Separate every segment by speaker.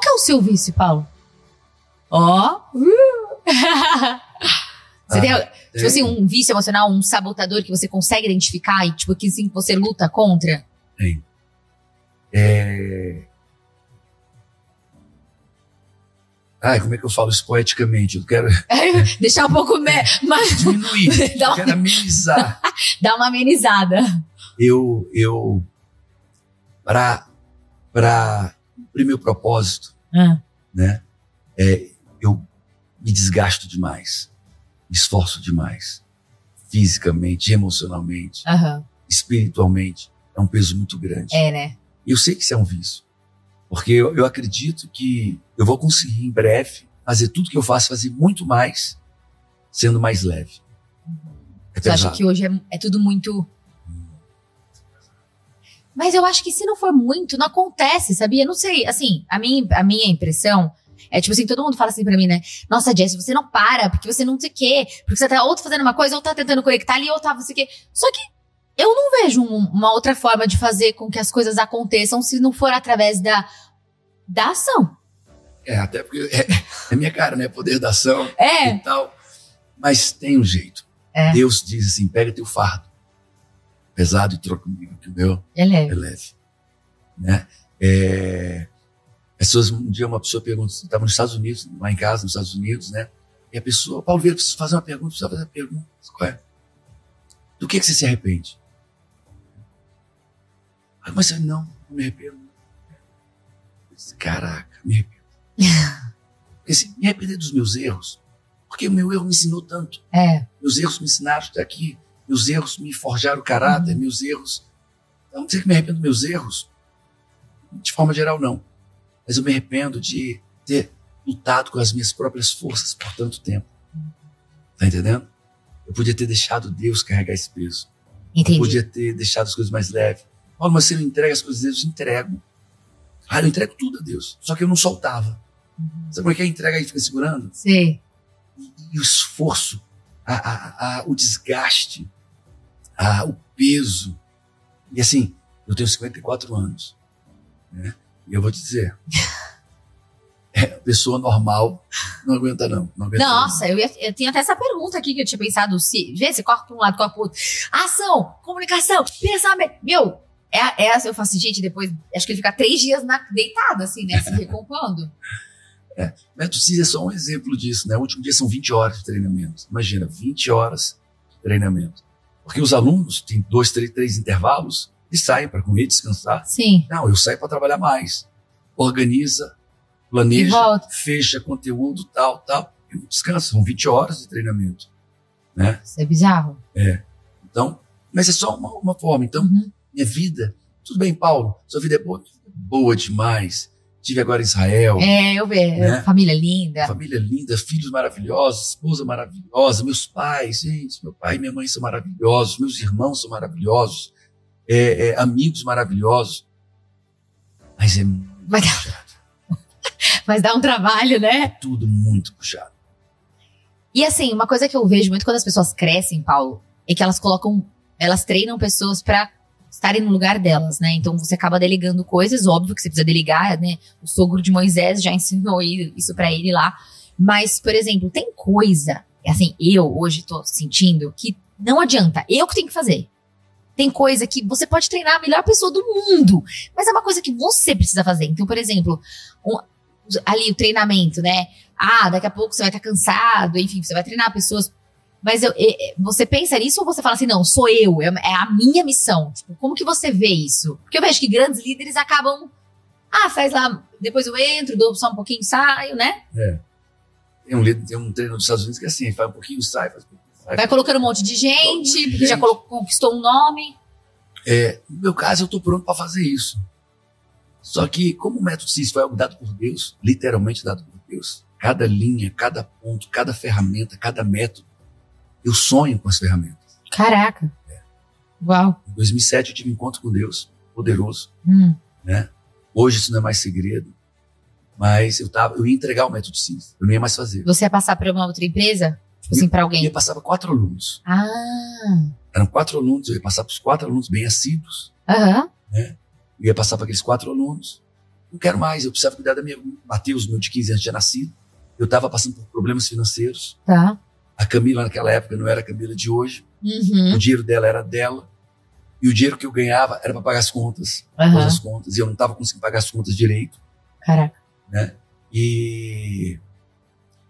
Speaker 1: que é o seu vício, Paulo? Ó. Uh. você
Speaker 2: Ah,
Speaker 1: tem, tipo
Speaker 2: tem.
Speaker 1: assim, um vício emocional, um sabotador que você consegue identificar e, tipo, que assim, você luta contra?
Speaker 2: Ai, como é que eu falo isso poeticamente? Eu quero
Speaker 1: Deixar um pouco mais.
Speaker 2: diminuir,
Speaker 1: Dá
Speaker 2: eu
Speaker 1: uma-
Speaker 2: quero amenizar.
Speaker 1: Dá uma amenizada.
Speaker 2: eu eu para para cumprir meu propósito,
Speaker 1: Ah,
Speaker 2: né? É, eu me desgasto demais, me esforço demais, fisicamente, emocionalmente,
Speaker 1: aham.
Speaker 2: espiritualmente. É um peso muito grande.
Speaker 1: É, né?
Speaker 2: Eu sei que isso é um vício, porque eu, eu acredito que eu vou conseguir em breve fazer tudo que eu faço, fazer muito mais, sendo mais leve. É
Speaker 1: Você acha
Speaker 2: pesado.
Speaker 1: que hoje é, é tudo muito. Mas eu acho que se não for muito, não acontece, sabia? Não sei, assim, a minha, a minha impressão é tipo assim, todo mundo fala assim pra mim, né? Nossa, Jess, você não para, porque você não sei o quê, porque você tá ou fazendo uma coisa, ou tá tentando conectar ali, ou tá não sei o quê. Só que eu não vejo um- uma outra forma de fazer com que as coisas aconteçam se não for através da, da ação.
Speaker 2: É, até porque é, é minha cara, né? Poder da ação.
Speaker 1: É,
Speaker 2: e tal. Mas tem um jeito.
Speaker 1: É.
Speaker 2: Deus diz assim: pega teu fardo, pesado e troca comigo, que o meu
Speaker 1: ele é.
Speaker 2: é leve. Né? É, pessoas, um dia uma pessoa perguntou, estava nos Estados Unidos, lá em casa, nos Estados Unidos, né? E a pessoa, Paulo Vieira, preciso fazer uma pergunta, precisa fazer uma pergunta. Qual é? Do que, que você se arrepende? Aí você, não, não me arrependo. Eu disse, Caraca, me arrependo. Porque se me arrepender dos meus erros, porque o meu erro me ensinou tanto.
Speaker 1: É,
Speaker 2: Meus erros me ensinaram até aqui. Meus erros me forjaram o caráter. Meus erros. Eu não sei que me arrependo dos meus erros, de forma geral, não. Mas eu me arrependo de ter lutado com as minhas próprias forças por tanto tempo. Tá entendendo? Eu podia ter deixado Deus carregar esse peso. Eu
Speaker 1: entendi.
Speaker 2: podia ter deixado as coisas mais leves. Paulo, mas você não entrega as coisas a Deus? Entrego. Ah, eu entrego tudo a Deus. Só que eu não soltava. Sabe como é que é? Entrega e fica segurando?
Speaker 1: Sei.
Speaker 2: e o esforço, a- a- a- o desgaste, a- o peso. E assim, eu tenho 54 anos. né? E eu vou te dizer, é, pessoa normal não aguenta não. não aguenta
Speaker 1: Nossa, eu, ia, eu tinha até essa pergunta aqui que eu tinha pensado. Se, vê, você corre pra um lado, corre pro outro. Ação, comunicação, pensamento. Meu, é, a- é assim, eu faço, gente, depois, acho que ele fica três dias na- deitado, assim, né? Se recompondo.
Speaker 2: não. Mas o CIS é só um exemplo disso, né? O último dia são 20 horas de treinamento. Imagina, 20 horas de treinamento. Porque os alunos têm dois, três, três intervalos e saem para comer, descansar.
Speaker 1: Sim.
Speaker 2: Não, eu saio para trabalhar mais. Organiza,
Speaker 1: E
Speaker 2: planeja,
Speaker 1: volta.
Speaker 2: fecha conteúdo, tal, tal. E não descansa, são 20 horas de treinamento. Né?
Speaker 1: Isso é bizarro.
Speaker 2: Então, mas é só uma, uma forma. Então,
Speaker 1: Uhum.
Speaker 2: minha vida, tudo bem, Paulo, sua vida é boa? Boa demais. Tive agora em Israel,
Speaker 1: É, eu vejo.
Speaker 2: Né?
Speaker 1: Família linda.
Speaker 2: família linda, filhos maravilhosos, esposa maravilhosa, meus pais, gente, meu pai e minha mãe são maravilhosos, meus irmãos são maravilhosos, é, é, amigos maravilhosos. Mas é
Speaker 1: Mas, mas dá um trabalho, né?
Speaker 2: tudo muito puxado.
Speaker 1: E assim, uma coisa que eu vejo muito quando as pessoas crescem, Paulo, é que elas colocam, elas treinam pessoas pra estarem no lugar delas, né? Então você acaba delegando coisas, óbvio que você precisa delegar, né? O sogro de Moisés já ensinou i- isso pra ele lá. Mas, por exemplo, tem coisa, assim, eu hoje tô sentindo que não adianta, eu que tenho que fazer. Tem coisa que você pode treinar a melhor pessoa do mundo, mas é uma coisa que você precisa fazer. Então, por exemplo, um- ali o treinamento, né? ah, daqui a pouco você vai estar cansado, enfim, você vai treinar pessoas. Mas eu- e- e- você pensa nisso ou você fala assim, não, sou eu, é é a minha missão? Tipo, como que você vê isso? Porque eu vejo que grandes líderes acabam, ah, faz lá, depois eu entro, dou só um pouquinho, saio, né?
Speaker 2: Tem um, líder- tem um treino dos Estados Unidos que é assim, faz um pouquinho, sai, faz um pouquinho, sai.
Speaker 1: Vai colocando um monte de
Speaker 2: Um monte
Speaker 1: gente,
Speaker 2: de
Speaker 1: porque já
Speaker 2: gente.
Speaker 1: colocou- conquistou um nome.
Speaker 2: É, no meu caso, eu estou pronto para fazer isso. Só que, como o método CIS foi algo dado por Deus, literalmente dado por Deus, cada linha, cada ponto, cada ferramenta, cada método, eu sonho com as ferramentas.
Speaker 1: Caraca.
Speaker 2: É.
Speaker 1: Uau.
Speaker 2: Em 2007, eu tive um encontro com Deus, poderoso.
Speaker 1: Hum.
Speaker 2: Hoje, isso não é mais segredo. Mas eu, tava, eu ia entregar o método CIS, eu não ia mais fazer.
Speaker 1: Você ia passar pra uma outra empresa? Tipo assim, pra
Speaker 2: Eu ia
Speaker 1: alguém?
Speaker 2: passar para quatro alunos.
Speaker 1: Ah,
Speaker 2: Eram quatro alunos, eu ia passar para os quatro alunos bem assíduos.
Speaker 1: aham.
Speaker 2: Eu ia passar para aqueles quatro alunos. não quero mais, eu precisava cuidar da minha. Matheus, meu de 15 anos, tinha nascido. Eu estava passando por problemas financeiros.
Speaker 1: Tá.
Speaker 2: A Camila, naquela época, não era a Camila de hoje.
Speaker 1: Uhum.
Speaker 2: O dinheiro dela era dela. E o dinheiro que eu ganhava era para pagar as contas. todas
Speaker 1: Aham.
Speaker 2: as contas. E eu não estava conseguindo pagar as contas direito.
Speaker 1: Caraca.
Speaker 2: E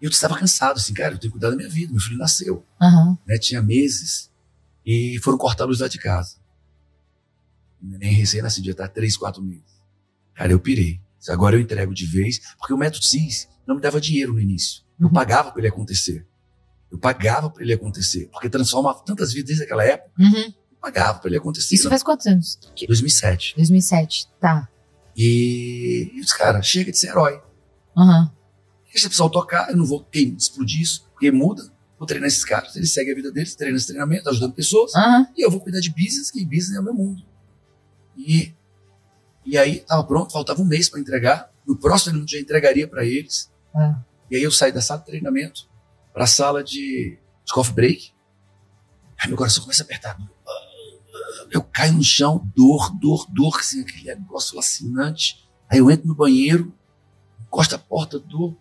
Speaker 2: eu estava cansado, assim, cara, eu tenho que cuidar da minha vida. Meu filho nasceu,
Speaker 1: Aham.
Speaker 2: né? Tinha meses. E foram cortar a luz lá de casa. Nem recém-nascido, já tá três, quatro meses. Cara, eu pirei. Disse, Agora eu entrego de vez, porque o método CIS não me dava dinheiro no início. Eu
Speaker 1: Uhum.
Speaker 2: pagava para ele acontecer. Eu pagava para ele acontecer, porque transformava tantas vidas desde aquela época.
Speaker 1: Uhum.
Speaker 2: Eu pagava para ele acontecer.
Speaker 1: Isso faz quantos anos?
Speaker 2: 2007.
Speaker 1: 2007. Tá.
Speaker 2: E, e os caras, chega de ser herói.
Speaker 1: Aham.
Speaker 2: Deixa o pessoal tocar, eu não vou quem, explodir isso, porque muda. Vou treinar esses caras. Eles seguem a vida deles, treinam esse treinamento, ajudando pessoas.
Speaker 1: Aham.
Speaker 2: E eu vou cuidar de business, que business é o meu mundo. E, e aí, tava pronto, faltava um mês para entregar. No próximo eu já entregaria para eles.
Speaker 1: Ah.
Speaker 2: E aí eu saí da sala de treinamento para a sala de, de coffee break. Aí meu coração começa a apertar. Eu caio no chão, dor, dor, dor, assim, aquele negócio lacinante. Aí eu entro no banheiro, encosto a porta, dor,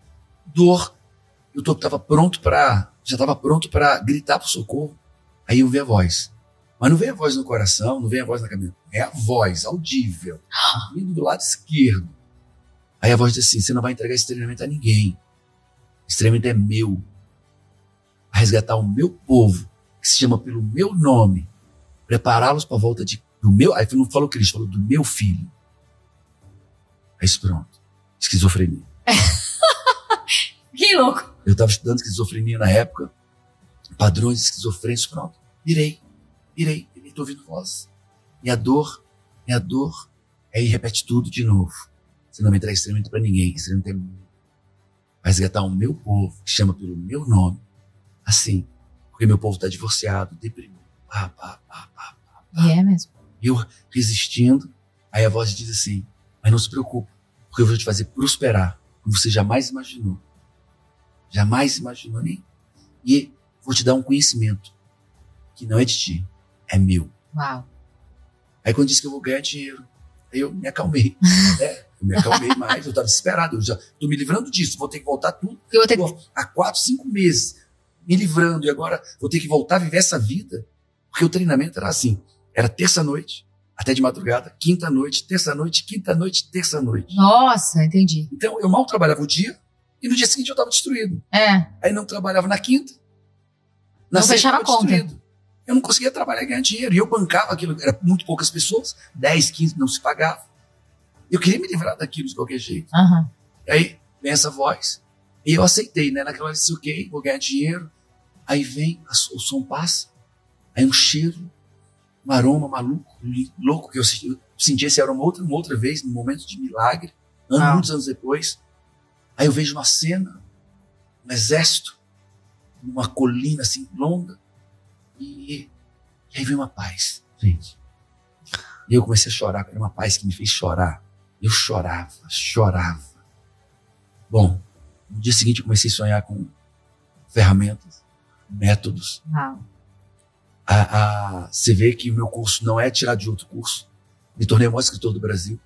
Speaker 2: dor. Eu tô, tava pronto para, já tava pronto para gritar pro socorro. Aí eu vi a voz. Mas não vem a voz no coração, não vem a voz na cabeça. É a voz, audível, vindo do lado esquerdo. Aí a voz diz assim: você não vai entregar esse treinamento a ninguém. Esse treinamento é meu. Vai resgatar o meu povo, que se chama pelo meu nome, prepará-los para a volta de, do meu. Aí não falou Cristo, falou do meu filho. Aí isso pronto. Esquizofrenia.
Speaker 1: Que louco.
Speaker 2: Eu estava estudando esquizofrenia na época, padrões esquizofrênicos, pronto. Virei, virei, virei, tô ouvindo voz. Minha dor, minha dor. Aí repete tudo de novo. Você não me traz extremamente para ninguém, extremamente é meu. Vai resgatar o meu povo, que chama pelo meu nome. Assim, porque meu povo está divorciado, deprimido. Pá, pá, pá, pá,
Speaker 1: E é mesmo.
Speaker 2: resistindo. Aí a voz diz assim: Mas não se preocupe, porque eu vou te fazer prosperar, como você jamais imaginou. Jamais imaginou nem. E vou te dar um conhecimento que não é de ti, é meu.
Speaker 1: Uau.
Speaker 2: Aí quando disse que eu vou ganhar dinheiro, aí eu me acalmei. né? Eu me acalmei mais, eu estava desesperado. Eu já tô me livrando disso, vou ter que voltar tudo
Speaker 1: Eu vou ter que.
Speaker 2: Pô, há quatro, cinco meses me livrando e agora vou ter que voltar a viver essa vida. Porque o treinamento era assim: era terça-noite até de madrugada, quinta-noite, terça-noite, quinta-noite, terça-noite.
Speaker 1: Nossa, entendi.
Speaker 2: Então eu mal trabalhava o dia e no dia seguinte eu estava destruído.
Speaker 1: É.
Speaker 2: Aí não trabalhava na quinta, na
Speaker 1: Não
Speaker 2: sexta eu
Speaker 1: fechava
Speaker 2: tava
Speaker 1: a conta.
Speaker 2: destruído. Eu não conseguia trabalhar e ganhar dinheiro. E eu bancava aquilo, era muito poucas pessoas, 10, 15 não se pagavam. Eu queria me livrar daquilo de qualquer jeito.
Speaker 1: Aham.
Speaker 2: Aí vem essa voz. E eu aceitei, né? Naquela vez, ok, vou ganhar dinheiro. Aí vem, a so- o som passa. Aí um cheiro, um aroma maluco, li- louco, que eu senti, eu senti esse aroma outra, uma outra vez, num momento de milagre, anos,
Speaker 1: Ah.
Speaker 2: muitos anos depois. Aí eu vejo uma cena, um exército, numa colina assim, longa. E, e aí vem uma paz, gente. E eu comecei a chorar, era uma paz que me fez chorar. Eu chorava, chorava. Bom, no dia seguinte eu comecei a sonhar com ferramentas, métodos.
Speaker 1: Uau.
Speaker 2: A, a- você vê que o meu curso não é tirar de outro curso. Me tornei o maior escritor do Brasil.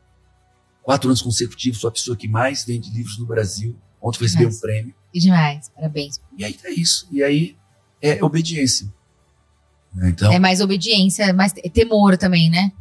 Speaker 2: Quatro anos consecutivos, sou a pessoa que mais vende livros no Brasil. Ontem eu recebi um
Speaker 1: Nossa.
Speaker 2: prêmio.
Speaker 1: Que demais. Parabéns.
Speaker 2: E aí é isso. E aí é obediência. Né, Então,
Speaker 1: É mais obediência, mais temor também, né?